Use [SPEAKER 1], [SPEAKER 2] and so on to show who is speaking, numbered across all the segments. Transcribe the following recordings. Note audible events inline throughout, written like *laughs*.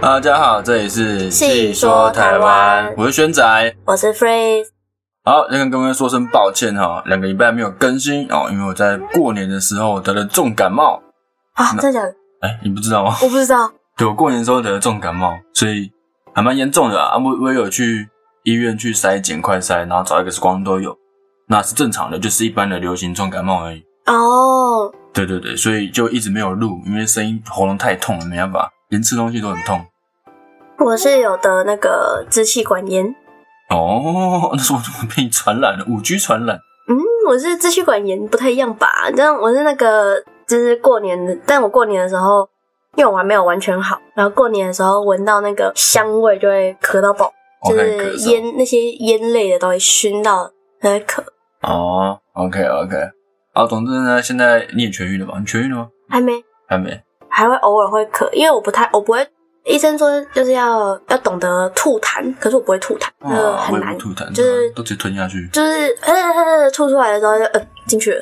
[SPEAKER 1] 啊大家好，这里是
[SPEAKER 2] 细说台湾
[SPEAKER 1] 我是轩仔。
[SPEAKER 2] 我是 Free，
[SPEAKER 1] 好，要跟各位说声抱歉哈、两个礼拜没有更新哦，因为我在过年的时候得了重感冒。
[SPEAKER 2] 啊，真的假的？
[SPEAKER 1] 哎、你不知道吗？ *laughs*
[SPEAKER 2] 我不知道。
[SPEAKER 1] 对，我过年的时候得了重感冒，所以还蛮严重的啊。啊我我也有去医院去筛检快筛，然后找一个 X 光都有，那是正常的，就是一般的流行重感冒而已。
[SPEAKER 2] 哦，
[SPEAKER 1] 对对对，所以就一直没有录，因为声音喉咙太痛了，没办法，连吃东西都很痛。
[SPEAKER 2] 我是有得那个支气管炎，
[SPEAKER 1] 哦，那是我怎么被你传染了？五 G 传染？
[SPEAKER 2] 嗯，我是支气管炎不太一样吧？但我是那个就是过年的，但我过年的时候，因为我还没有完全好，然后过年的时候闻到那个香味就会咳到爆，
[SPEAKER 1] 我
[SPEAKER 2] 就
[SPEAKER 1] 哦开始
[SPEAKER 2] 是
[SPEAKER 1] 咳嗽。
[SPEAKER 2] 烟那些烟类的都会熏到，然后会咳。
[SPEAKER 1] 哦，OK OK。啊，总之呢，现在你也痊愈了吧？你痊愈了吗？
[SPEAKER 2] 还没，
[SPEAKER 1] 还没。
[SPEAKER 2] 还会偶尔会咳，因为我不太，我不会。医生说就是要要懂得吐痰，可是我不会吐痰，那个
[SPEAKER 1] 我
[SPEAKER 2] 呃很
[SPEAKER 1] 也不
[SPEAKER 2] 难。
[SPEAKER 1] 哦吐痰，
[SPEAKER 2] 就是
[SPEAKER 1] 都直接吞下去。
[SPEAKER 2] 就是呃呃呃吐出来的时候就呃
[SPEAKER 1] *laughs*
[SPEAKER 2] 进去了，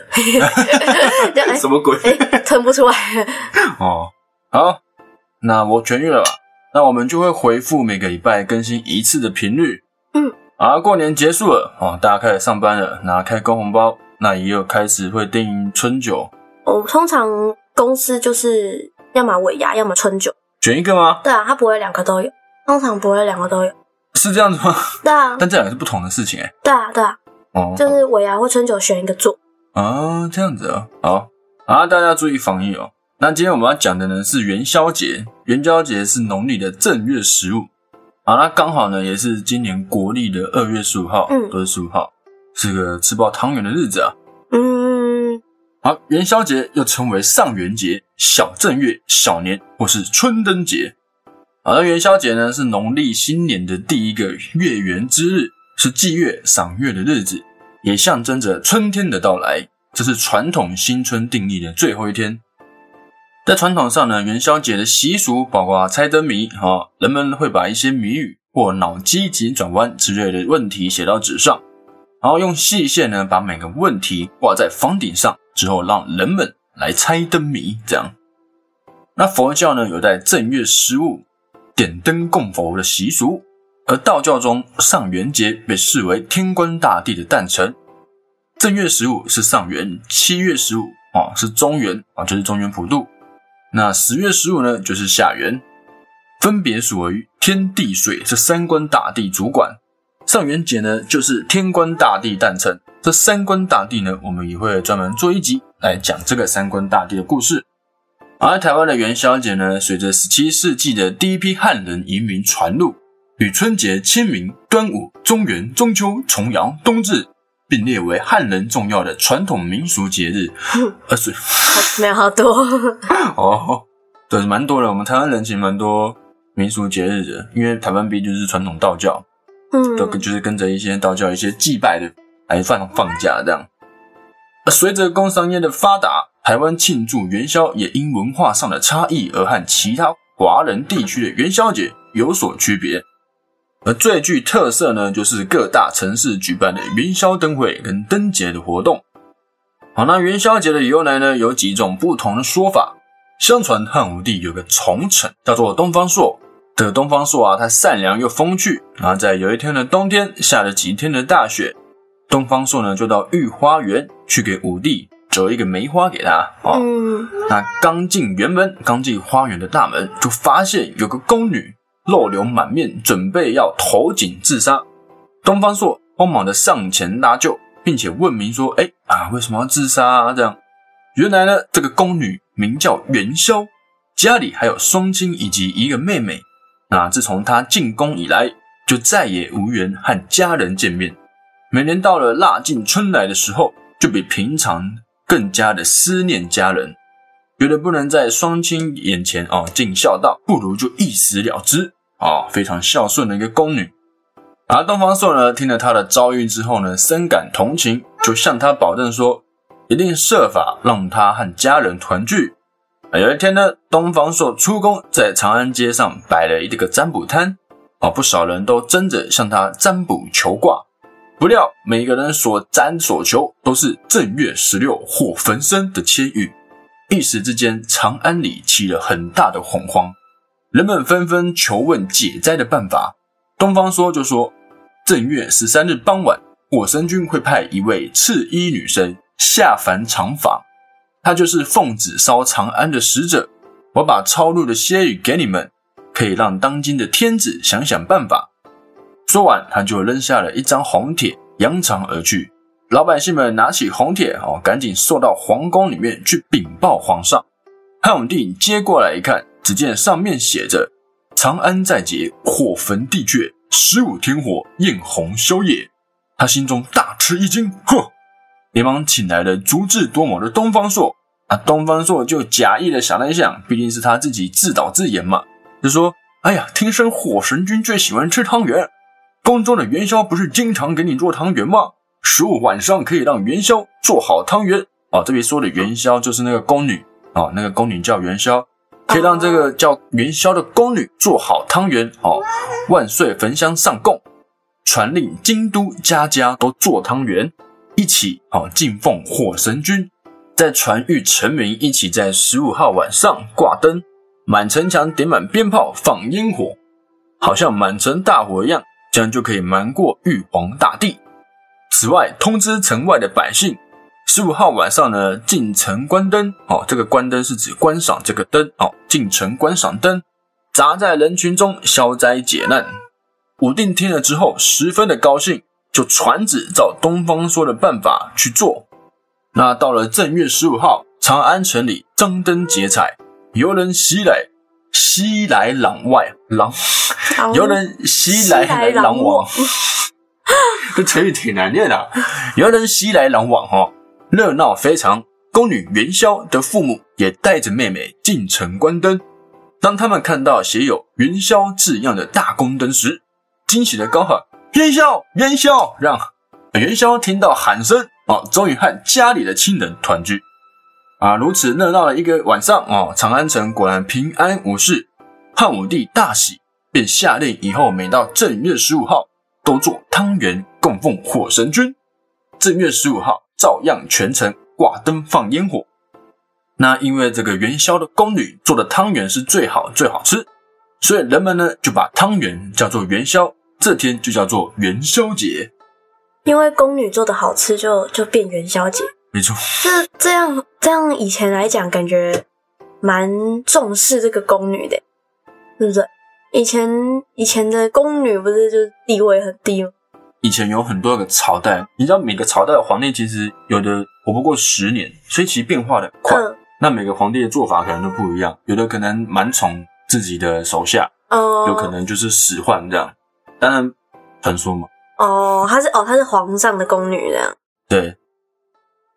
[SPEAKER 2] 就哎
[SPEAKER 1] 什么鬼？
[SPEAKER 2] 哎吞不出来，
[SPEAKER 1] 哦，好，那我痊愈了吧？那我们就会回复每个礼拜更新一次的频率。
[SPEAKER 2] 嗯，
[SPEAKER 1] 啊，过年结束了哦，大家开始上班了，那开工红包，那也有开始会订春酒，
[SPEAKER 2] 我通常公司就是要么尾牙，要么春酒。
[SPEAKER 1] 选一个吗？
[SPEAKER 2] 对啊，他不会两个都有，通常不会两个都有。
[SPEAKER 1] 是这样子吗？
[SPEAKER 2] 对啊，
[SPEAKER 1] 但这两个是不同的事情哎、
[SPEAKER 2] 对啊，对啊，
[SPEAKER 1] 哦，
[SPEAKER 2] 就是尾牙或春酒选一个做。
[SPEAKER 1] 啊，这样子啊，好啊，大家注意防疫哦。那今天我们要讲的呢是元宵节，元宵节是农历的正月十五，啊，那刚好呢也是今年国历的二月十五号，
[SPEAKER 2] 嗯
[SPEAKER 1] 二月十五号是个吃爆汤圆的日子啊。
[SPEAKER 2] 嗯，
[SPEAKER 1] 好，元宵节又称为上元节、小正月、小年或是春灯节。好，那元宵节呢是农历新年的第一个月圆之日，是祭月、赏月的日子，也象征着春天的到来。这是传统新春定义的最后一天。在传统上呢，元宵节的习俗包括猜灯谜，哈、人们会把一些谜语或脑筋急转弯之类的问题写到纸上，然后用细线呢把每个问题挂在房顶上，之后让人们来猜灯谜。这样，那佛教呢有在正月十五点灯供佛的习俗，而道教中上元节被视为天官大帝的诞辰。正月十五是上元，七月十五啊是中元啊，就是中元普渡。那十月十五呢，就是下元，分别属于天地水这三官大帝主管。上元节呢，就是天官大帝诞辰。这三官大帝呢，我们也会专门做一集来讲这个三官大帝的故事。而台湾的元宵节呢，随着17世纪的第一批汉人移民传入，与春节、清明、端午、中元、中秋、重阳、冬至并列为汉人重要的传统民俗节日。而随
[SPEAKER 2] 好没有好多。
[SPEAKER 1] 哦，对，蛮多的。我们台湾人其实蛮多民俗节日的，因为台湾毕竟是传统道教，*laughs*
[SPEAKER 2] 嗯
[SPEAKER 1] 都跟就是跟着一些道教一些祭拜的来放放假这样。而随着工商业的发达，台湾庆祝元宵也因文化上的差异而和其他华人地区的元宵节有所区别。而最具特色呢，就是各大城市举办的元宵灯会跟灯节的活动。好，那元宵节的由来呢，有几种不同的说法。相传汉武帝有个宠臣叫做东方朔，这个东方朔啊，他善良又风趣，然后在有一天的冬天下了几天的大雪，东方朔呢就到御花园去给武帝折一个梅花给他哦。
[SPEAKER 2] 嗯
[SPEAKER 1] 那刚进园门，刚进花园的大门，就发现有个宫女露流满面，准备要投井自杀。东方朔慌忙的上前搭救，并且问明说：“哎啊，为什么要自杀啊？”这样，原来呢，这个宫女名叫元宵，家里还有双亲以及一个妹妹。那自从她进宫以来，就再也无缘和家人见面。每年到了腊尽春来的时候，就比平常更加的思念家人，觉得不能在双亲眼前哦尽孝道，不如就一死了之啊、哦非常孝顺的一个宫女。而东方朔呢，听了她的遭遇之后呢，深感同情，就向她保证说，一定设法让她和家人团聚。啊有一天呢，东方朔出宫，在长安街上摆了一个占卜摊，啊、不少人都争着向他占卜求卦。不料每个人所占所求都是正月十六火焚身的千语，一时之间，长安里起了很大的恐慌。人们纷纷求问解灾的办法。东方说就说，正月十三日傍晚，火神君会派一位赤衣女神下凡长法，她就是奉旨烧长安的使者。我把抄录的歇语给你们，可以让当今的天子想想办法。说完，他就扔下了一张红帖，扬长而去。老百姓们拿起红帖，哦，赶紧送到皇宫里面去禀报皇上。汉武帝接过来一看，只见上面写着：“长安在劫，火焚地阙，十五天火，焰红宵夜。”他心中大吃一惊，哼，连忙请来了足智多谋的东方朔。啊，东方朔就假意的想了一想，毕竟是他自己自导自演嘛，就说：“哎呀，听说火神君最喜欢吃汤圆，宫中的元宵不是经常给你做汤圆吗？”十五晚上可以让元宵做好汤圆哦。这边说的元宵就是那个宫女哦，那个宫女叫元宵，可以让这个叫元宵的宫女做好汤圆哦。万岁焚香上供，传令京都家家都做汤圆，一起哦敬奉火神君。再传谕臣民，一起在十五号晚上挂灯，满城墙点满鞭炮，放烟火，好像满城大火一样，这样就可以瞒过玉皇大帝。此外，通知城外的百姓，十五号晚上呢进城观灯哦，这个观灯是指观赏这个灯哦，进城观赏灯，砸在人群中消灾解难。武定听了之后十分的高兴，就传旨照东方说的办法去做。那到了正月十五号，长安城里张灯结彩，游人熙来，熙来攘外，攘游人熙来
[SPEAKER 2] 熙来攘
[SPEAKER 1] 攘往
[SPEAKER 2] 往。
[SPEAKER 1] *laughs* 这成语挺难念的、啊。游人熙来攘往哈，热闹非常。宫女元宵的父母也带着妹妹进城观灯。当他们看到写有“元宵”字样的大宫灯时，惊喜的高喊：“元宵，元宵！”让元宵听到喊声哦，终于和家里的亲人团聚。啊，如此热闹的一个晚上哦，长安城果然平安无事。汉武帝大喜，便下令以后每到正月十五号都做汤圆供奉火神君。正月十五号照样全城挂灯放烟火。那因为这个元宵的宫女做的汤圆是最好最好吃，所以人们呢就把汤圆叫做元宵，这天就叫做元宵节。
[SPEAKER 2] 因为宫女做的好吃就，就变元宵节。
[SPEAKER 1] 没错，
[SPEAKER 2] 这这样这样以前来讲，感觉蛮重视这个宫女的，对不对？以前以前的宫女不是就地位很低吗？
[SPEAKER 1] 以前有很多个朝代，你知道每个朝代的皇帝其实有的活不过十年，所以其实变化的快。
[SPEAKER 2] 嗯，
[SPEAKER 1] 那每个皇帝的做法可能都不一样，有的可能蛮宠自己的手下，
[SPEAKER 2] 哦，
[SPEAKER 1] 有可能就是使唤这样。当然，传说嘛，
[SPEAKER 2] 哦，她是哦，她是皇上的宫女这样。
[SPEAKER 1] 对。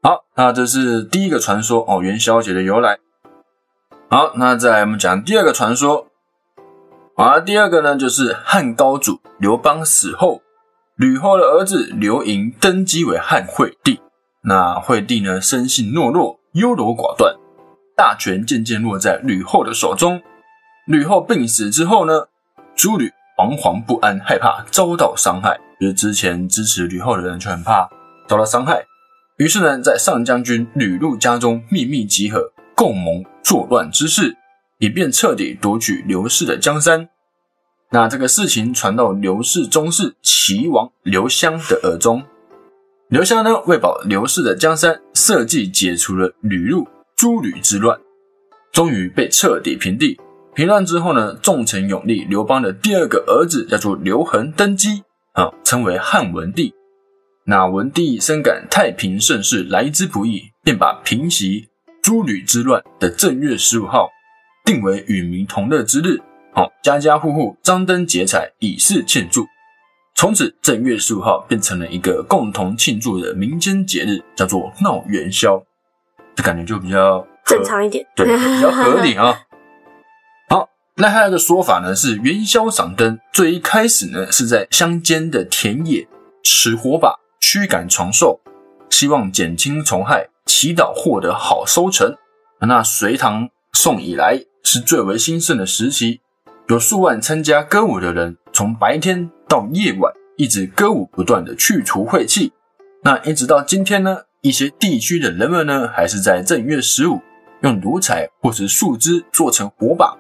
[SPEAKER 1] 好，那这是第一个传说哦，元宵节的由来。好，那再来我们讲第二个传说。啊，第二个呢，就是汉高祖刘邦死后，吕后的儿子刘盈登基为汉惠帝。那惠帝呢，生性懦弱，优柔寡断，大权渐渐落在吕后的手中。吕后病死之后呢，诸吕惶惶不安，害怕遭到伤害。就是之前支持吕后的人就很怕遭到伤害，于是呢，在上将军吕禄家中秘密集合，共谋作乱之事，以便彻底夺取刘氏的江山。那这个事情传到刘氏宗室齐王刘襄的耳中，刘襄呢为保刘氏的江山，设计解除了吕禄、诸吕之乱，终于被彻底平定。平乱之后呢，重臣永历刘邦的第二个儿子叫做刘恒登基，啊，称为汉文帝。那文帝深感太平盛世来之不易，便把平息诸吕之乱的正月十五号定为与民同乐之日，好，家家户户张灯结彩，以示庆祝。从此，正月十五号变成了一个共同庆祝的民间节日，叫做闹元宵。这感觉就比较
[SPEAKER 2] 正常一点，
[SPEAKER 1] *laughs* 对，比较合理啊。 *laughs* 好，那还有一个说法呢，是元宵赏灯最一开始呢是在乡间的田野持火把驱赶虫兽，希望减轻虫害，祈祷获得好收成。那隋唐宋以来是最为兴盛的时期，有数万参加歌舞的人，从白天到夜晚一直歌舞不断的去除晦气。那一直到今天呢，一些地区的人们呢，还是在正月十五用炉柴或是树枝做成火把，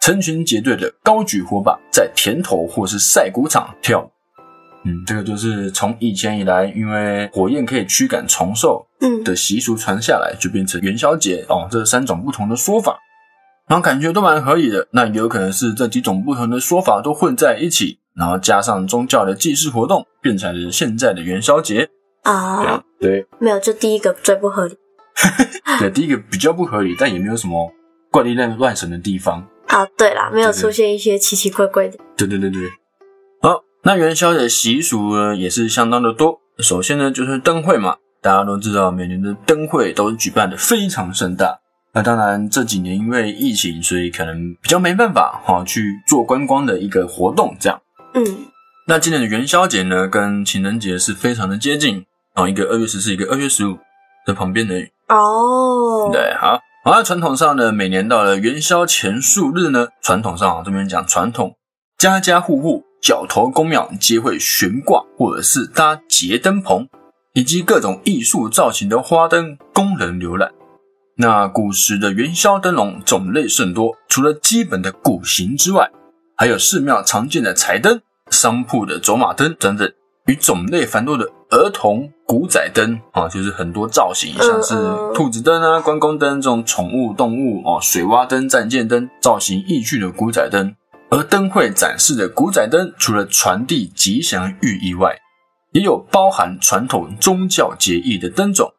[SPEAKER 1] 成群结队的高举火把，在田头或是晒谷场跳舞。嗯，这个就是从以前以来，因为火焰可以驱赶虫兽
[SPEAKER 2] 嗯，
[SPEAKER 1] 的习俗传下来，就变成元宵节哦，这三种不同的说法，然后感觉都蛮合理的。那也有可能是这几种不同的说法都混在一起，然后加上宗教的祭祀活动，变成了现在的元宵节。对
[SPEAKER 2] 啊
[SPEAKER 1] 啊，对
[SPEAKER 2] 没有，就第一个最不合理
[SPEAKER 1] 对，第一个比较不合理，但也没有什么怪力乱乱神的地方。
[SPEAKER 2] 啊。对啦，没有
[SPEAKER 1] 对对
[SPEAKER 2] 出现一些奇奇怪怪的。
[SPEAKER 1] 对对对对。好，那元宵的习俗呢也是相当的多。首先呢就是灯会嘛，大家都知道每年的灯会都举办的非常盛大。那当然这几年因为疫情，所以可能比较没办法哈、去做观光的一个活动这样。
[SPEAKER 2] 嗯，
[SPEAKER 1] 那今年的元宵节呢跟情人节是非常的接近哦，一个二月十四，一个二月十五，这旁边的
[SPEAKER 2] 哦，
[SPEAKER 1] 对，好。好，那传统上呢，每年到了元宵前数日呢，传统上啊，这边讲传统，家家户户、角头公庙皆会悬挂或者是搭节灯棚，以及各种艺术造型的花灯供人浏览。那古时的元宵灯笼种类甚多，除了基本的鼓形之外，还有寺庙常见的彩灯、商铺的走马灯等等，与种类繁多的儿童古仔灯啊，就是很多造型，像是兔子灯啊、关公灯这种宠物动物哦、水洼灯、战舰灯，造型意趣的古仔灯。而灯会展示的古仔灯，除了传递吉祥寓意外，也有包含传统宗教节义的灯种。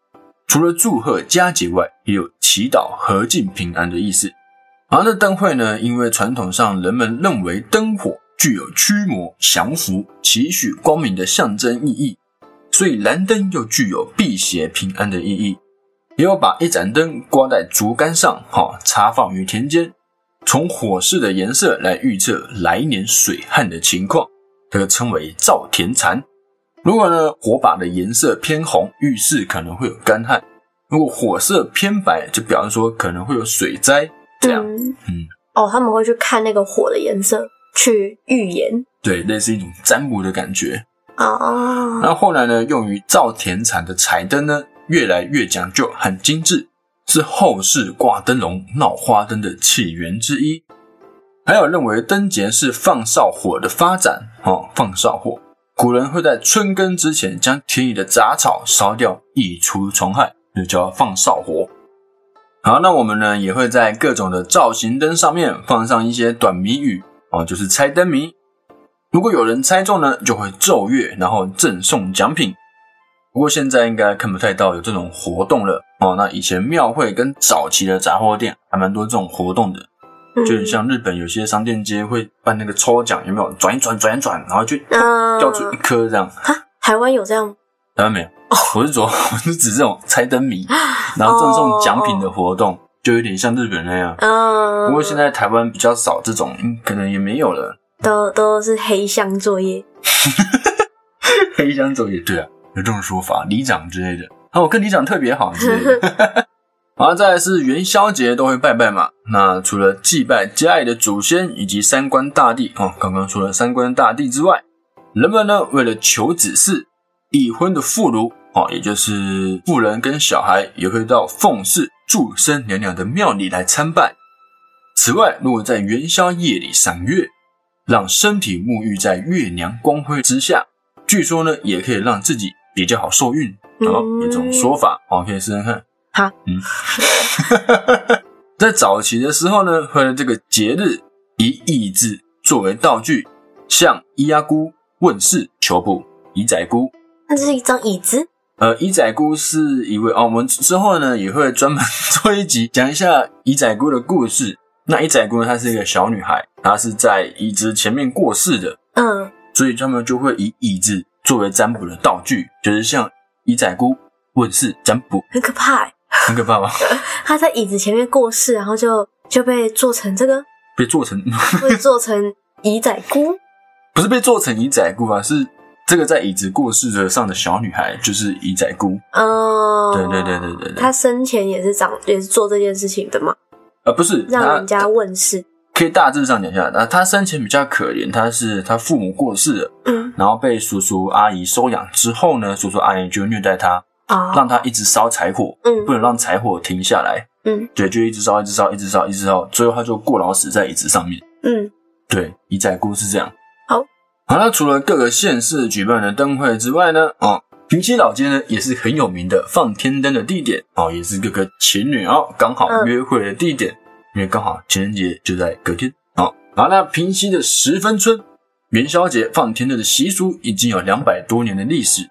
[SPEAKER 1] 除了祝贺佳节外，也有祈祷和敬平安的意思。而那灯会呢，因为传统上人们认为灯火具有驱魔、降福、祈许光明的象征意义，所以蓝灯又具有辟邪平安的意义。也有把一盏灯挂在竹竿上，哈、插放于田间，从火势的颜色来预测来年水旱的情况，这个称为造田蚕。如果呢火把的颜色偏红，预示可能会有干旱；如果火色偏白，就表示说可能会有水灾。这样，
[SPEAKER 2] 嗯，
[SPEAKER 1] 嗯
[SPEAKER 2] 哦，他们会去看那个火的颜色，去预言
[SPEAKER 1] 对，类似一种占卜的感觉。
[SPEAKER 2] 啊。
[SPEAKER 1] 那后来呢，用于造田产的彩灯呢，越来越讲究，很精致，是后世挂灯笼、闹花灯的起源之一。还有认为灯节是放哨火的发展哦，放哨火，古人会在春耕之前将田里的杂草烧掉，以除虫害，就叫放哨火。好，那我们呢也会在各种的造型灯上面放上一些短谜语哦，就是猜灯谜，如果有人猜中呢，就会奏乐，然后赠送奖品。不过现在应该看不太到有这种活动了哦。那以前庙会跟早期的杂货店还蛮多这种活动的，就
[SPEAKER 2] 嗯
[SPEAKER 1] 很像日本有些商店街会办那个抽奖，有没有转一转转一转，然后就
[SPEAKER 2] 嗯，
[SPEAKER 1] 掉出一颗这样。
[SPEAKER 2] 哈，台湾有这样吗
[SPEAKER 1] 当然没有，我是说我是指这种猜灯谜，然后赠送奖品的活动，就有点像日本那样。
[SPEAKER 2] 嗯，
[SPEAKER 1] 不过现在台湾比较少这种，嗯可能也没有了。
[SPEAKER 2] 都都是黑箱作业。
[SPEAKER 1] 黑箱作业，对啊，有这种说法，里长之类的。啊，我跟里长特别好之 *laughs* 类的。然后再来是元宵节都会拜拜嘛，那除了祭拜家里的祖先以及三官大帝哦，刚刚说了三官大帝之外，人们呢为了求子嗣，已婚的妇孺哦，也就是妇人跟小孩，也会到奉祀祝生娘娘的庙里来参拜。此外，如果在元宵夜里赏月，让身体沐浴在月娘光辉之下，据说呢，也可以让自己比较好受孕，然后有这种说法哦，可以试试看。
[SPEAKER 2] 嗯好，
[SPEAKER 1] 嗯， *laughs* 在早期的时候呢，会在这个节日以义字作为道具，向伊阿姑问世求卜，姨仔姑。
[SPEAKER 2] 那这是一张椅子，
[SPEAKER 1] 呃，姨仔姑是一位哦，我们之后呢也会专门做一集讲一下姨仔姑的故事。那姨仔姑呢，她是一个小女孩，她是在姨之前面过世的，
[SPEAKER 2] 嗯，
[SPEAKER 1] 所以他们就会以椅子作为占卜的道具，就是像椅仔姑问世占卜，
[SPEAKER 2] 很可怕欸。
[SPEAKER 1] 很可怕吧？
[SPEAKER 2] 他在椅子前面过世，然后就就被做成
[SPEAKER 1] *laughs*
[SPEAKER 2] 这个，
[SPEAKER 1] *laughs* 被做成
[SPEAKER 2] 会做成椅仔菇。
[SPEAKER 1] 不是被做成椅仔姑啊，是这个在椅子过世的上的小女孩，就是椅仔姑。
[SPEAKER 2] 嗯，
[SPEAKER 1] 对对对对对对
[SPEAKER 2] 他，生前也是长也是做这件事情的嘛，
[SPEAKER 1] 呃，不是，
[SPEAKER 2] 让
[SPEAKER 1] 她
[SPEAKER 2] 人家问世。
[SPEAKER 1] 可以大致上讲一下，那她生前比较可怜，她是她父母过世了，
[SPEAKER 2] 嗯，
[SPEAKER 1] 然后被叔叔阿姨收养之后呢，叔叔阿姨就虐待她，
[SPEAKER 2] 哦，
[SPEAKER 1] 让它一直烧柴火，
[SPEAKER 2] 嗯
[SPEAKER 1] 不能让柴火停下来。
[SPEAKER 2] 嗯
[SPEAKER 1] 对，就一直烧，一直烧，一直烧，一直烧，最后他就过劳死在椅子上面。
[SPEAKER 2] 嗯
[SPEAKER 1] 对，一载故事这样。
[SPEAKER 2] 好，
[SPEAKER 1] 好那除了各个县市举办的灯会之外呢，哦，平溪老街呢也是很有名的放天灯的地点哦，也是各个情侣哦刚好
[SPEAKER 2] 嗯
[SPEAKER 1] 约会的地点，因为刚好情人节就在隔天哦。好，那平溪的十分村元宵节放天灯的习俗已经有两百多年的历史，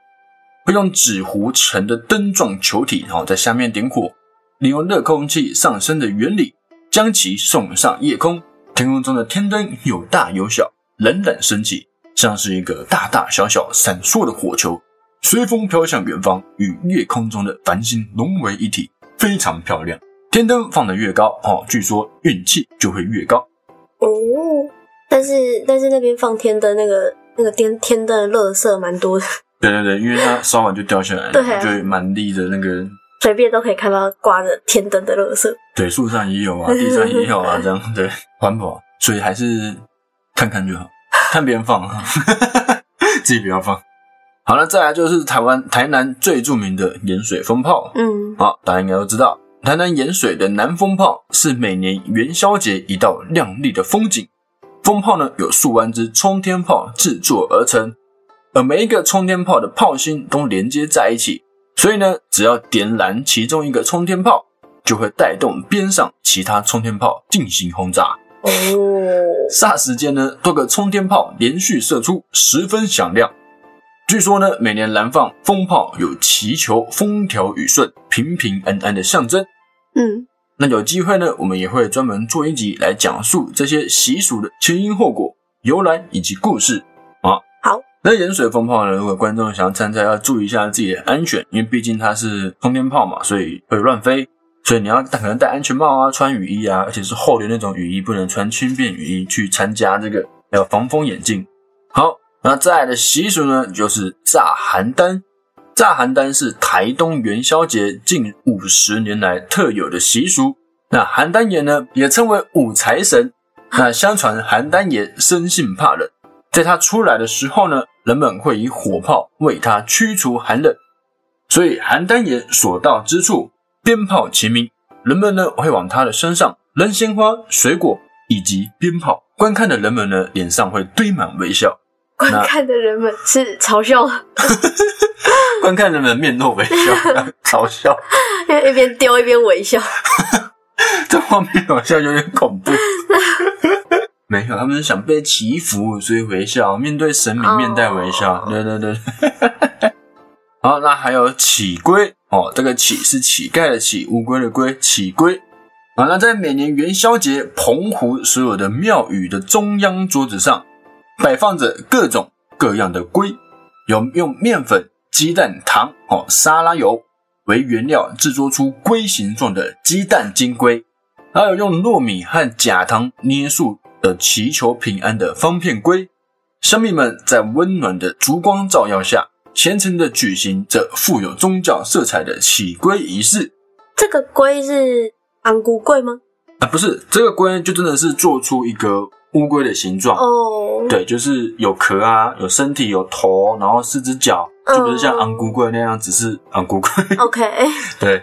[SPEAKER 1] 会用纸糊成的灯状球体，然、后在下面点火，利用热空气上升的原理，将其送上夜空。天空中的天灯有大有小，冉冉升起，像是一个大大小小闪烁的火球，随风飘向远方，与夜空中的繁星融为一体，非常漂亮。天灯放得越高，哦，据说运气就会越高。
[SPEAKER 2] 哦，但是但是那边放天灯那个那个天天灯的垃圾蛮多的，
[SPEAKER 1] 对对对，因为它烧完就掉下来了，
[SPEAKER 2] 对啊
[SPEAKER 1] 就会满地的那个
[SPEAKER 2] 随便都可以看到挂着天灯的垃圾。
[SPEAKER 1] 对，树上也有啊，地上也有啊，这样对，环保，所以还是看看就好，看别人放，啊 *laughs* 自己不要放。好了，再来就是台湾台南最著名的盐水风炮，
[SPEAKER 2] 嗯
[SPEAKER 1] 好，大家应该都知道，台南盐水的南风炮是每年元宵节一道亮丽的风景。风炮呢有数万支冲天炮制作而成，而每一个冲天炮的炮芯都连接在一起，所以呢，只要点燃其中一个冲天炮，就会带动边上其他冲天炮进行轰炸。
[SPEAKER 2] 哦，
[SPEAKER 1] 霎时间呢，多个冲天炮连续射出，十分响亮。据说呢，每年燃放风炮有祈求风调雨顺、平平安安的象征。
[SPEAKER 2] 嗯
[SPEAKER 1] 那有机会呢，我们也会专门做一集来讲述这些习俗的前因后果、由来以及故事啊。
[SPEAKER 2] 好，
[SPEAKER 1] 那盐水风炮呢，如果观众想要参加，要注意一下自己的安全，因为毕竟它是冲天炮嘛，所以会乱飞。所以你要可能戴安全帽啊，穿雨衣啊，而且是厚的那种雨衣，不能穿轻便雨衣去参加这个，还有防风眼镜。好，那再来的习俗呢，就是炸邯郸。炸邯郸是台东元宵节近五十年来特有的习俗。那邯郸爷呢，也称为五财神。那相传邯郸爷生性怕冷，在他出来的时候呢，人们会以火炮为他驱除寒冷，所以邯郸爷所到之处，鞭炮齐鸣，人们呢会往他的身上扔鲜花、水果以及鞭炮。观看的人们呢，脸上会堆满微笑。
[SPEAKER 2] 观看的人们是嘲笑， *laughs*
[SPEAKER 1] 观看人们面露微笑， *laughs* 嘲笑，
[SPEAKER 2] 一边丢一边微笑。
[SPEAKER 1] *laughs* 这画面好像有点恐怖。 *laughs* 没有，他们是想被祈福，所以微笑，面对神明
[SPEAKER 2] 哦
[SPEAKER 1] 面带微笑。对对 *laughs* 对。好，那还有乞龟哦，这个乞是乞丐的乞，乌龟的龟，乞龟。好，那在每年元宵节，澎湖所有的庙宇的中央桌子上，摆放着各种各样的龟，有用面粉、鸡蛋、糖哦、沙拉油为原料制作出龟形状的鸡蛋金龟，还有用糯米和假糖捏塑的祈求平安的方片龟。乡民们在温暖的烛光照耀下，虔诚地举行这富有宗教色彩的起龟仪式。
[SPEAKER 2] 这个龟是昂古龟吗？
[SPEAKER 1] 啊，不是这个龟就真的是做出一个乌龟的形状，
[SPEAKER 2] 哦，
[SPEAKER 1] 对，就是有壳啊，有身体，有头，然后四只脚，
[SPEAKER 2] 嗯
[SPEAKER 1] 就不是像昂古龟那样，只是昂古龟。
[SPEAKER 2] ，OK，
[SPEAKER 1] 对，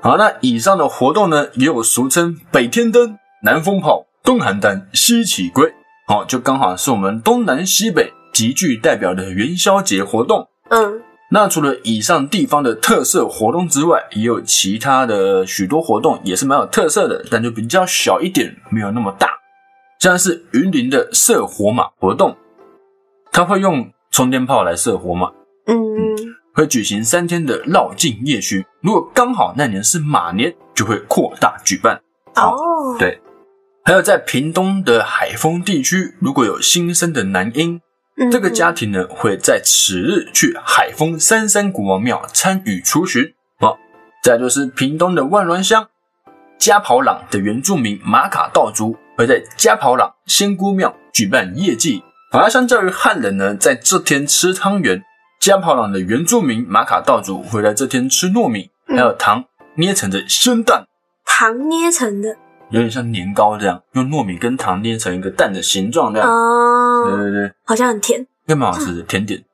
[SPEAKER 1] 好，那以上的活动呢，也有俗称北天灯、南风炮、东邯郸、西起龟，好，就刚好是我们东南西北极具代表的元宵节活动。
[SPEAKER 2] 嗯
[SPEAKER 1] 那除了以上地方的特色活动之外，也有其他的许多活动，也是蛮有特色的，但就比较小一点，没有那么大。像是云林的射火马活动，它会用冲天炮来射火马，
[SPEAKER 2] 嗯，
[SPEAKER 1] 会举行三天的绕境夜巡。如果刚好那年是马年，就会扩大举办。好
[SPEAKER 2] 哦，
[SPEAKER 1] 对还有在屏东的海丰地区，如果有新生的男婴，
[SPEAKER 2] 嗯
[SPEAKER 1] 这个家庭呢会在此日去海丰三山国王庙参与出巡。好，再来就是屏东的万峦乡加跑朗的原住民马卡道族会在加跑朗仙姑庙举办夜祭。啊好，那相较于汉人呢，在这天吃汤圆，加跑朗的原住民马卡道族会在这天吃糯米，还有糖捏成的鲜蛋，
[SPEAKER 2] 糖捏成的，
[SPEAKER 1] 有点像年糕这样，用糯米跟糖捏成一个蛋的形状这样。对
[SPEAKER 2] 哦，
[SPEAKER 1] 对对。
[SPEAKER 2] 好像很甜。
[SPEAKER 1] 应该蛮好吃的甜点。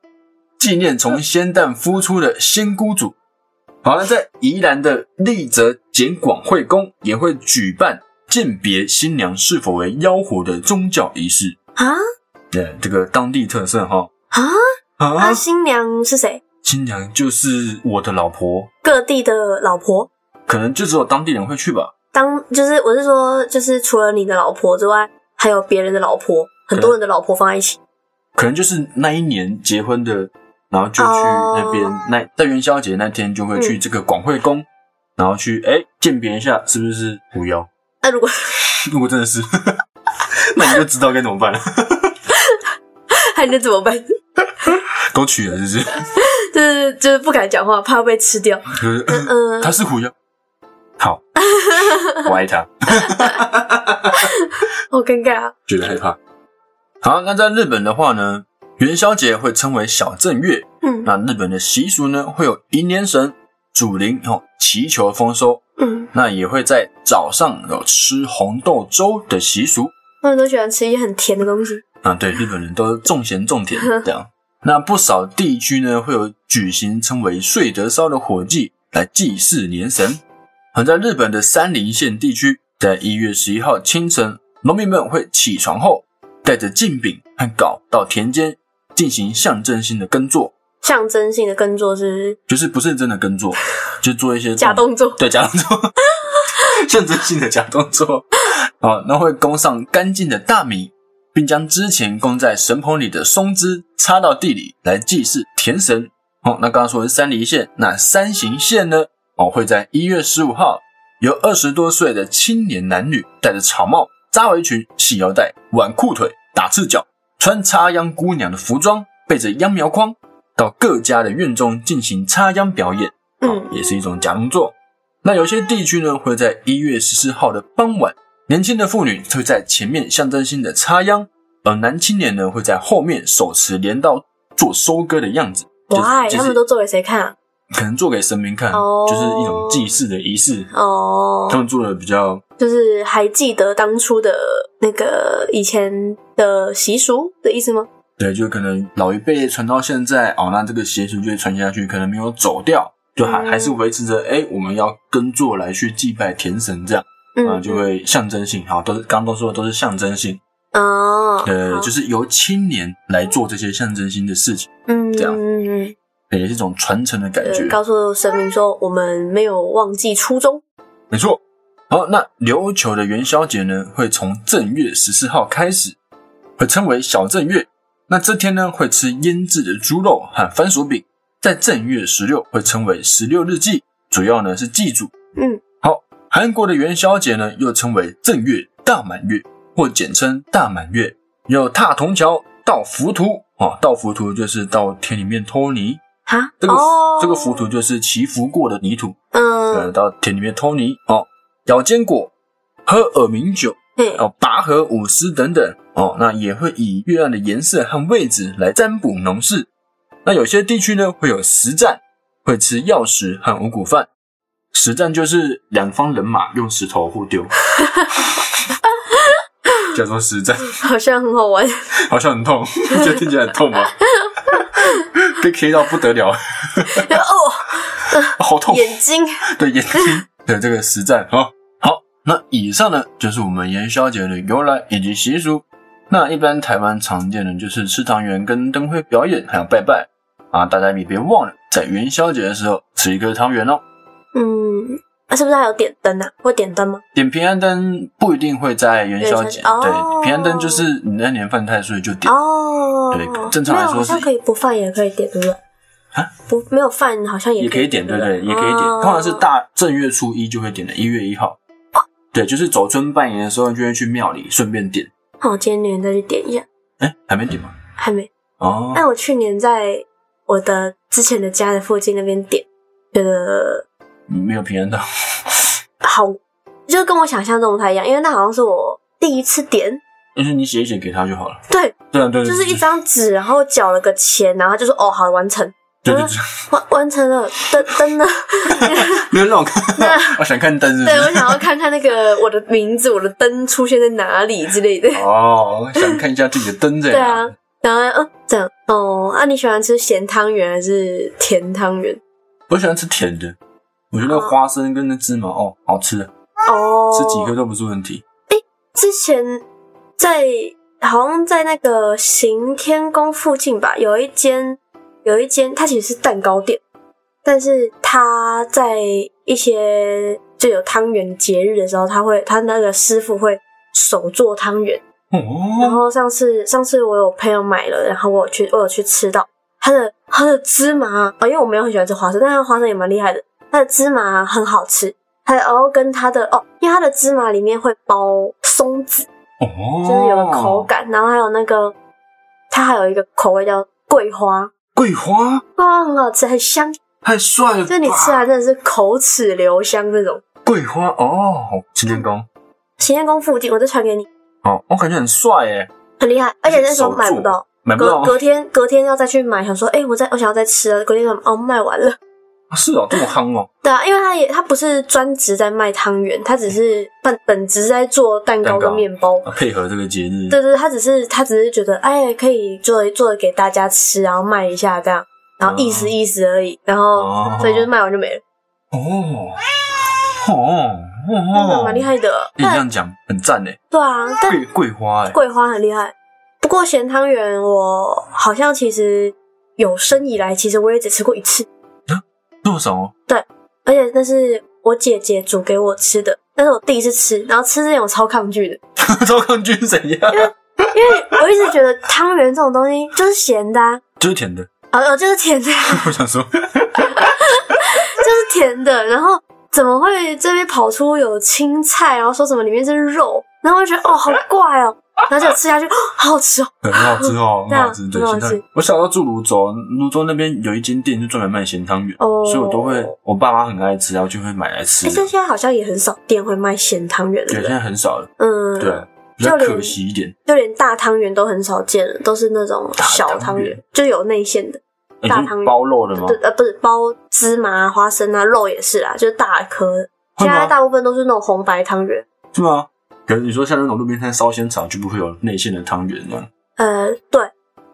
[SPEAKER 1] 纪念从仙蛋孵出的仙姑祖，好，那在宜兰的丽泽简广惠宫也会举办鉴别新娘是否为妖狐的宗教仪式。
[SPEAKER 2] 啊
[SPEAKER 1] 对，这个当地特色哈。
[SPEAKER 2] 啊！
[SPEAKER 1] 啊
[SPEAKER 2] 啊，，新娘是谁？
[SPEAKER 1] 新娘就是我的老婆，
[SPEAKER 2] 各地的老婆，
[SPEAKER 1] 可能就只有当地人会去吧。
[SPEAKER 2] 当就是我是说，就是除了你的老婆之外，还有别人的老婆，很多人的老婆放在一起。
[SPEAKER 1] 可能就是那一年结婚的，然后就去那边、
[SPEAKER 2] 哦嗯
[SPEAKER 1] 那在元宵节那天就会去这个广惠宫，然后去哎鉴别一下是不是狐妖。
[SPEAKER 2] 那如果
[SPEAKER 1] *laughs* 如果真的是， *laughs* 那你就知道该怎么办了。 *laughs*
[SPEAKER 2] *laughs* 还能怎么办？
[SPEAKER 1] 都娶了是不是？
[SPEAKER 2] 就是就是不敢讲话，怕被吃
[SPEAKER 1] *laughs*
[SPEAKER 2] 掉。
[SPEAKER 1] 就是
[SPEAKER 2] 嗯、
[SPEAKER 1] 他是狐妖，
[SPEAKER 2] *laughs*
[SPEAKER 1] 好，我爱他，
[SPEAKER 2] 好尴尬啊！
[SPEAKER 1] 觉得害怕。好，那在日本的话呢，元宵节会称为小正月，
[SPEAKER 2] 嗯
[SPEAKER 1] 那日本的习俗呢，会有迎年神、主灵哦，祈求丰收。
[SPEAKER 2] 嗯，
[SPEAKER 1] 那也会在早上有吃红豆粥的习俗。
[SPEAKER 2] 他们都喜欢吃一些很甜的东西。
[SPEAKER 1] 啊，对，日本人都重咸重甜这样。那不少地区呢，会有举行称为“睡得烧”的火祭来祭祀年神。而在日本的山林县地区，在一月十一号清晨，农民们会起床后，带着镜饼和镐到田间进行象征性的耕作，
[SPEAKER 2] 象征性的耕作是
[SPEAKER 1] 就是不是真的耕作，就做一些
[SPEAKER 2] 假动作，
[SPEAKER 1] *laughs* 对，假动作，象征性的假动作。好，那会供上干净的大米，并将之前供在神棚里的松枝插到地里来祭祀田神。哦，那刚刚说的是三梨县，那三行县呢？哦，会在一月十五号，由二十多岁的青年男女戴着草帽、扎围裙、系腰带、挽裤腿、打赤脚，穿插秧姑娘的服装，背着秧苗筐，到各家的院中进行插秧表演。嗯，
[SPEAKER 2] 嗯
[SPEAKER 1] 也是一种假动作。那有些地区呢，会在一月十四号的傍晚，年轻的妇女会在前面象征性的插秧，而男青年呢会在后面手持镰刀做收割的样子。就是
[SPEAKER 2] 嗯，why
[SPEAKER 1] 就是
[SPEAKER 2] 他们都做给谁看啊？
[SPEAKER 1] 可能做给神明看，
[SPEAKER 2] 哦
[SPEAKER 1] 就是一种祭祀的仪式。
[SPEAKER 2] 哦
[SPEAKER 1] 他，们做的比较
[SPEAKER 2] 就是还记得当初的那个以前的习俗的意思吗？
[SPEAKER 1] 对，就可能老一辈传到现在哦，那这个习俗就会传下去，可能没有走掉，就还、
[SPEAKER 2] 嗯
[SPEAKER 1] 还是维持着哎，我们要耕作来去祭拜田神这样，嗯，
[SPEAKER 2] 嗯，
[SPEAKER 1] 就会象征性，好，都是刚刚都说的都是象征性。
[SPEAKER 2] 哦，
[SPEAKER 1] 呃，
[SPEAKER 2] 好
[SPEAKER 1] 就是由青年来做这些象征性的事情，
[SPEAKER 2] 嗯
[SPEAKER 1] 这样
[SPEAKER 2] 嗯嗯嗯
[SPEAKER 1] 也是一种传承的感觉
[SPEAKER 2] 呃，。告诉神明说我们没有忘记初衷。
[SPEAKER 1] 没错。好，那琉球的元宵节呢，会从正月十四号开始，会称为小正月。那这天呢，会吃腌制的猪肉和番薯饼。在正月十六会称为十六日祭，主要呢是祭祖。
[SPEAKER 2] 嗯，
[SPEAKER 1] 好，韩国的元宵节呢，又称为正月、大满月，或简称大满月。有踏铜桥、倒浮屠啊，倒浮屠就是到田里面偷泥，
[SPEAKER 2] 哈，
[SPEAKER 1] 这个、
[SPEAKER 2] 哦、
[SPEAKER 1] 这个浮屠就是祈福过的泥土，呃，
[SPEAKER 2] 嗯，
[SPEAKER 1] 到田里面偷泥哦，咬坚果、喝耳鸣酒、
[SPEAKER 2] 嘿，
[SPEAKER 1] 哦，拔河舞狮等等哦，那也会以月亮的颜色和位置来占卜农事。那有些地区呢会有实战，会吃药石和五谷饭。实战就是两方人马用石头互丢，叫做实战，
[SPEAKER 2] 好像很好玩。
[SPEAKER 1] 好像很痛， *laughs* 你觉得听起来很痛吗？ *laughs* 被 K 到不得了，
[SPEAKER 2] *laughs* 哦，
[SPEAKER 1] 好痛！
[SPEAKER 2] 眼睛，
[SPEAKER 1] *laughs* 对眼睛的这个实战啊、哦。好，那以上呢就是我们元宵节的由来以及习俗。那一般台湾常见的就是吃汤圆、跟灯会表演，还有拜拜啊。大家也别忘了在元宵节的时候吃一颗汤圆哦。
[SPEAKER 2] 嗯，啊，是不是还有点灯啊？会点灯吗？
[SPEAKER 1] 点平安灯不一定会在元宵节，
[SPEAKER 2] 元宵节哦
[SPEAKER 1] 对，平安灯就是你那年犯太岁就点，
[SPEAKER 2] 哦，
[SPEAKER 1] 对正常来说是
[SPEAKER 2] 没有好像可以不放也可以点，对不对？
[SPEAKER 1] 啊，
[SPEAKER 2] 不，没有饭好像
[SPEAKER 1] 也可以点，对不对？哦也可以点，
[SPEAKER 2] 哦
[SPEAKER 1] 通常是大正月初一就会点的，一月一号。对，就是走春拜年的时候就会去庙里顺便点。
[SPEAKER 2] 那我今年再去点一下，
[SPEAKER 1] 哎，还没点吗？
[SPEAKER 2] 还没。
[SPEAKER 1] 哦，
[SPEAKER 2] 但我去年在我的之前的家的附近那边点，觉得
[SPEAKER 1] 没有平安 *laughs* 到。
[SPEAKER 2] 好，就是跟我想象中不太一样，因为那好像是我第一次点，
[SPEAKER 1] 但是你写一写给他就好了。
[SPEAKER 2] 对，
[SPEAKER 1] 对啊，对，
[SPEAKER 2] 就是一
[SPEAKER 1] 张，
[SPEAKER 2] 张纸，然后缴了个钱，然后他就说哦，好，完成，
[SPEAKER 1] 对对对，
[SPEAKER 2] 完完成了，灯灯呢？
[SPEAKER 1] *laughs* 没有让我看 *laughs*
[SPEAKER 2] 那，
[SPEAKER 1] 我想看灯是不
[SPEAKER 2] 对我
[SPEAKER 1] 是？
[SPEAKER 2] 想要看看那个我的名字，我的灯出现在哪里之类的。
[SPEAKER 1] 哦，想看一下自己的灯在
[SPEAKER 2] 对
[SPEAKER 1] 哪
[SPEAKER 2] 啊。，然后嗯，这样哦，啊，你喜欢吃咸汤圆还是甜汤圆？
[SPEAKER 1] 我喜欢吃甜的，我觉得花生跟那芝麻哦，好吃，
[SPEAKER 2] 哦，
[SPEAKER 1] 吃几颗都不是问题。
[SPEAKER 2] 之前在好像在那个行天宫附近吧，有一间有一间，它其实是蛋糕店，但是它在一些就有汤圆节日的时候，他会他那个师傅会手做汤圆。然
[SPEAKER 1] 哦，
[SPEAKER 2] 后上次上次我有朋友买了，然后我有去我有去吃到它的它的芝麻哦，因为我没有很喜欢吃花生，但它的花生也蛮厉害的，它的芝麻很好吃，还有然后跟它的哦，因为它的芝麻里面会包松子，
[SPEAKER 1] 哦，
[SPEAKER 2] 就是有个口。感，然后还有那个它还有一个口味叫桂花，
[SPEAKER 1] 桂花
[SPEAKER 2] 桂花很好吃，很香，
[SPEAKER 1] 太帅了吧，
[SPEAKER 2] 就你吃完真的是口齿留香那种。
[SPEAKER 1] 桂花哦，擎天宫
[SPEAKER 2] 行天宫附近，我再传给你，
[SPEAKER 1] 哦，我感觉很帅耶，
[SPEAKER 2] 很厉害，而且那时候买不
[SPEAKER 1] 手做
[SPEAKER 2] 到。
[SPEAKER 1] 买不
[SPEAKER 2] 隔
[SPEAKER 1] 到
[SPEAKER 2] 隔天隔天要再去买，想说，哎、我再我想要再吃了，隔天想，哦，卖完了。 *laughs*
[SPEAKER 1] 啊是哦，这么夯哦，
[SPEAKER 2] 对啊，因为他也他不是专职在卖汤圆，他只是本本职在做蛋
[SPEAKER 1] 嗯
[SPEAKER 2] 糕
[SPEAKER 1] 蛋
[SPEAKER 2] 跟
[SPEAKER 1] 糕
[SPEAKER 2] 面包。
[SPEAKER 1] 啊配合这个节日，
[SPEAKER 2] 对对，对他只是他只是觉得，哎，可以做做给大家吃，然后卖一下这样，然后意思
[SPEAKER 1] 哦
[SPEAKER 2] 意思而已，然后、
[SPEAKER 1] 哦
[SPEAKER 2] 所以就是卖完就没了，
[SPEAKER 1] 哦哦
[SPEAKER 2] 那
[SPEAKER 1] 哦，
[SPEAKER 2] 蛮厉害的。
[SPEAKER 1] 诶。你这
[SPEAKER 2] 但
[SPEAKER 1] 样讲很赞哎，
[SPEAKER 2] 对啊，但
[SPEAKER 1] 桂桂花哎，
[SPEAKER 2] 桂花很厉害。不过咸汤圆，我好像其实有生以来，其实我也只吃过一次，
[SPEAKER 1] 多 *laughs* 少？
[SPEAKER 2] 而且那是我姐姐煮给我吃的，但是我第一次吃，然后吃这种超抗拒的，
[SPEAKER 1] 赵抗军怎样？
[SPEAKER 2] 因为我一直觉得汤圆这种东西就是咸的、啊，
[SPEAKER 1] *laughs* 就是甜的， *laughs*
[SPEAKER 2] 呃呃就是甜的啊、 *laughs*
[SPEAKER 1] 我想说，
[SPEAKER 2] 就是甜的，然后怎么会这边跑出有青菜，然后说什么里面是肉，然后我就觉得哦好怪哦，然后就吃下去，哦好好吃哦，
[SPEAKER 1] 很好吃哦，
[SPEAKER 2] 对
[SPEAKER 1] 很
[SPEAKER 2] 啊
[SPEAKER 1] 好吃。对，
[SPEAKER 2] 很好
[SPEAKER 1] 咸汤圆
[SPEAKER 2] 吃。
[SPEAKER 1] 我小时候住泸州，泸州那边有一间店就专门卖咸汤圆，
[SPEAKER 2] 哦
[SPEAKER 1] 所以我都会，我爸妈很爱吃，然后就会买来吃
[SPEAKER 2] 哎、。但现在好像也很少店会卖咸汤圆
[SPEAKER 1] 对，现
[SPEAKER 2] 了，
[SPEAKER 1] 在很少了，
[SPEAKER 2] 嗯，
[SPEAKER 1] 对，比较
[SPEAKER 2] 就连
[SPEAKER 1] 可惜一点。
[SPEAKER 2] 就连大汤圆都很少见了，都是那种小
[SPEAKER 1] 大汤
[SPEAKER 2] 汤
[SPEAKER 1] 圆
[SPEAKER 2] 圆，就有内馅的，
[SPEAKER 1] 哎你
[SPEAKER 2] 大
[SPEAKER 1] 是
[SPEAKER 2] 汤圆
[SPEAKER 1] 包肉的吗？
[SPEAKER 2] 对，呃，不是包芝麻、花生啊，肉也是啦，就是大颗的。
[SPEAKER 1] 会
[SPEAKER 2] 现
[SPEAKER 1] 吗
[SPEAKER 2] 在大部分都是那种红白汤圆，
[SPEAKER 1] 是吗？啊可是你说像那种路边摊烧仙草，就不会有内馅的汤圆了。
[SPEAKER 2] 呃，对，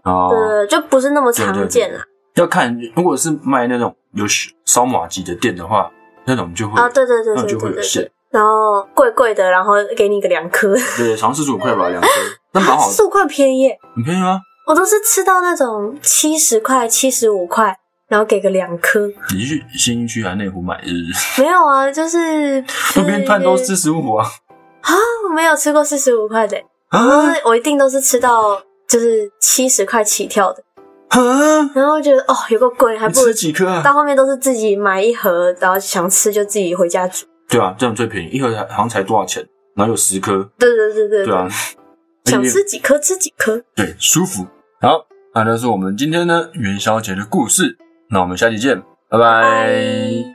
[SPEAKER 1] 哦，
[SPEAKER 2] 呃，就不是那么啊
[SPEAKER 1] 对对
[SPEAKER 2] 常
[SPEAKER 1] 对
[SPEAKER 2] 见啦。
[SPEAKER 1] 要看如果是卖那种有烧马吉的店的话，那种就会
[SPEAKER 2] 啊，对对对
[SPEAKER 1] 那种
[SPEAKER 2] 对
[SPEAKER 1] 就会
[SPEAKER 2] 对
[SPEAKER 1] 有
[SPEAKER 2] 对
[SPEAKER 1] 馅
[SPEAKER 2] 对。，然后贵贵的，然后给你个两颗，
[SPEAKER 1] 对，好像四十五块吧，两颗，那
[SPEAKER 2] *laughs*
[SPEAKER 1] 蛮好，
[SPEAKER 2] 四五块便宜耶，
[SPEAKER 1] 很便宜吗？
[SPEAKER 2] 我都是吃到那种七十块、七十五块，然后给个两颗。
[SPEAKER 1] 你去新一区还内湖买是不
[SPEAKER 2] *laughs*
[SPEAKER 1] 是？
[SPEAKER 2] 没有啊，就是呃
[SPEAKER 1] 路边摊都四十五啊
[SPEAKER 2] 我没有吃过四十五块的耶，
[SPEAKER 1] 啊
[SPEAKER 2] 就是我一定都是吃到就是七十块起跳的，
[SPEAKER 1] 啊！
[SPEAKER 2] 然后觉得哦有个贵，还
[SPEAKER 1] 你
[SPEAKER 2] 不如
[SPEAKER 1] 吃几 *laughs* 颗
[SPEAKER 2] 到
[SPEAKER 1] 啊？
[SPEAKER 2] 后面都是自己买一盒，然后想吃就自己回家煮。
[SPEAKER 1] 对啊，这样最便宜，一盒好像才多少钱？然后有十颗，
[SPEAKER 2] 对对对对
[SPEAKER 1] 对啊，
[SPEAKER 2] 想吃几颗吃几颗。
[SPEAKER 1] 对，舒服。好，哎那就是我们今天呢元宵节的故事。那我们下期见，拜拜
[SPEAKER 2] 拜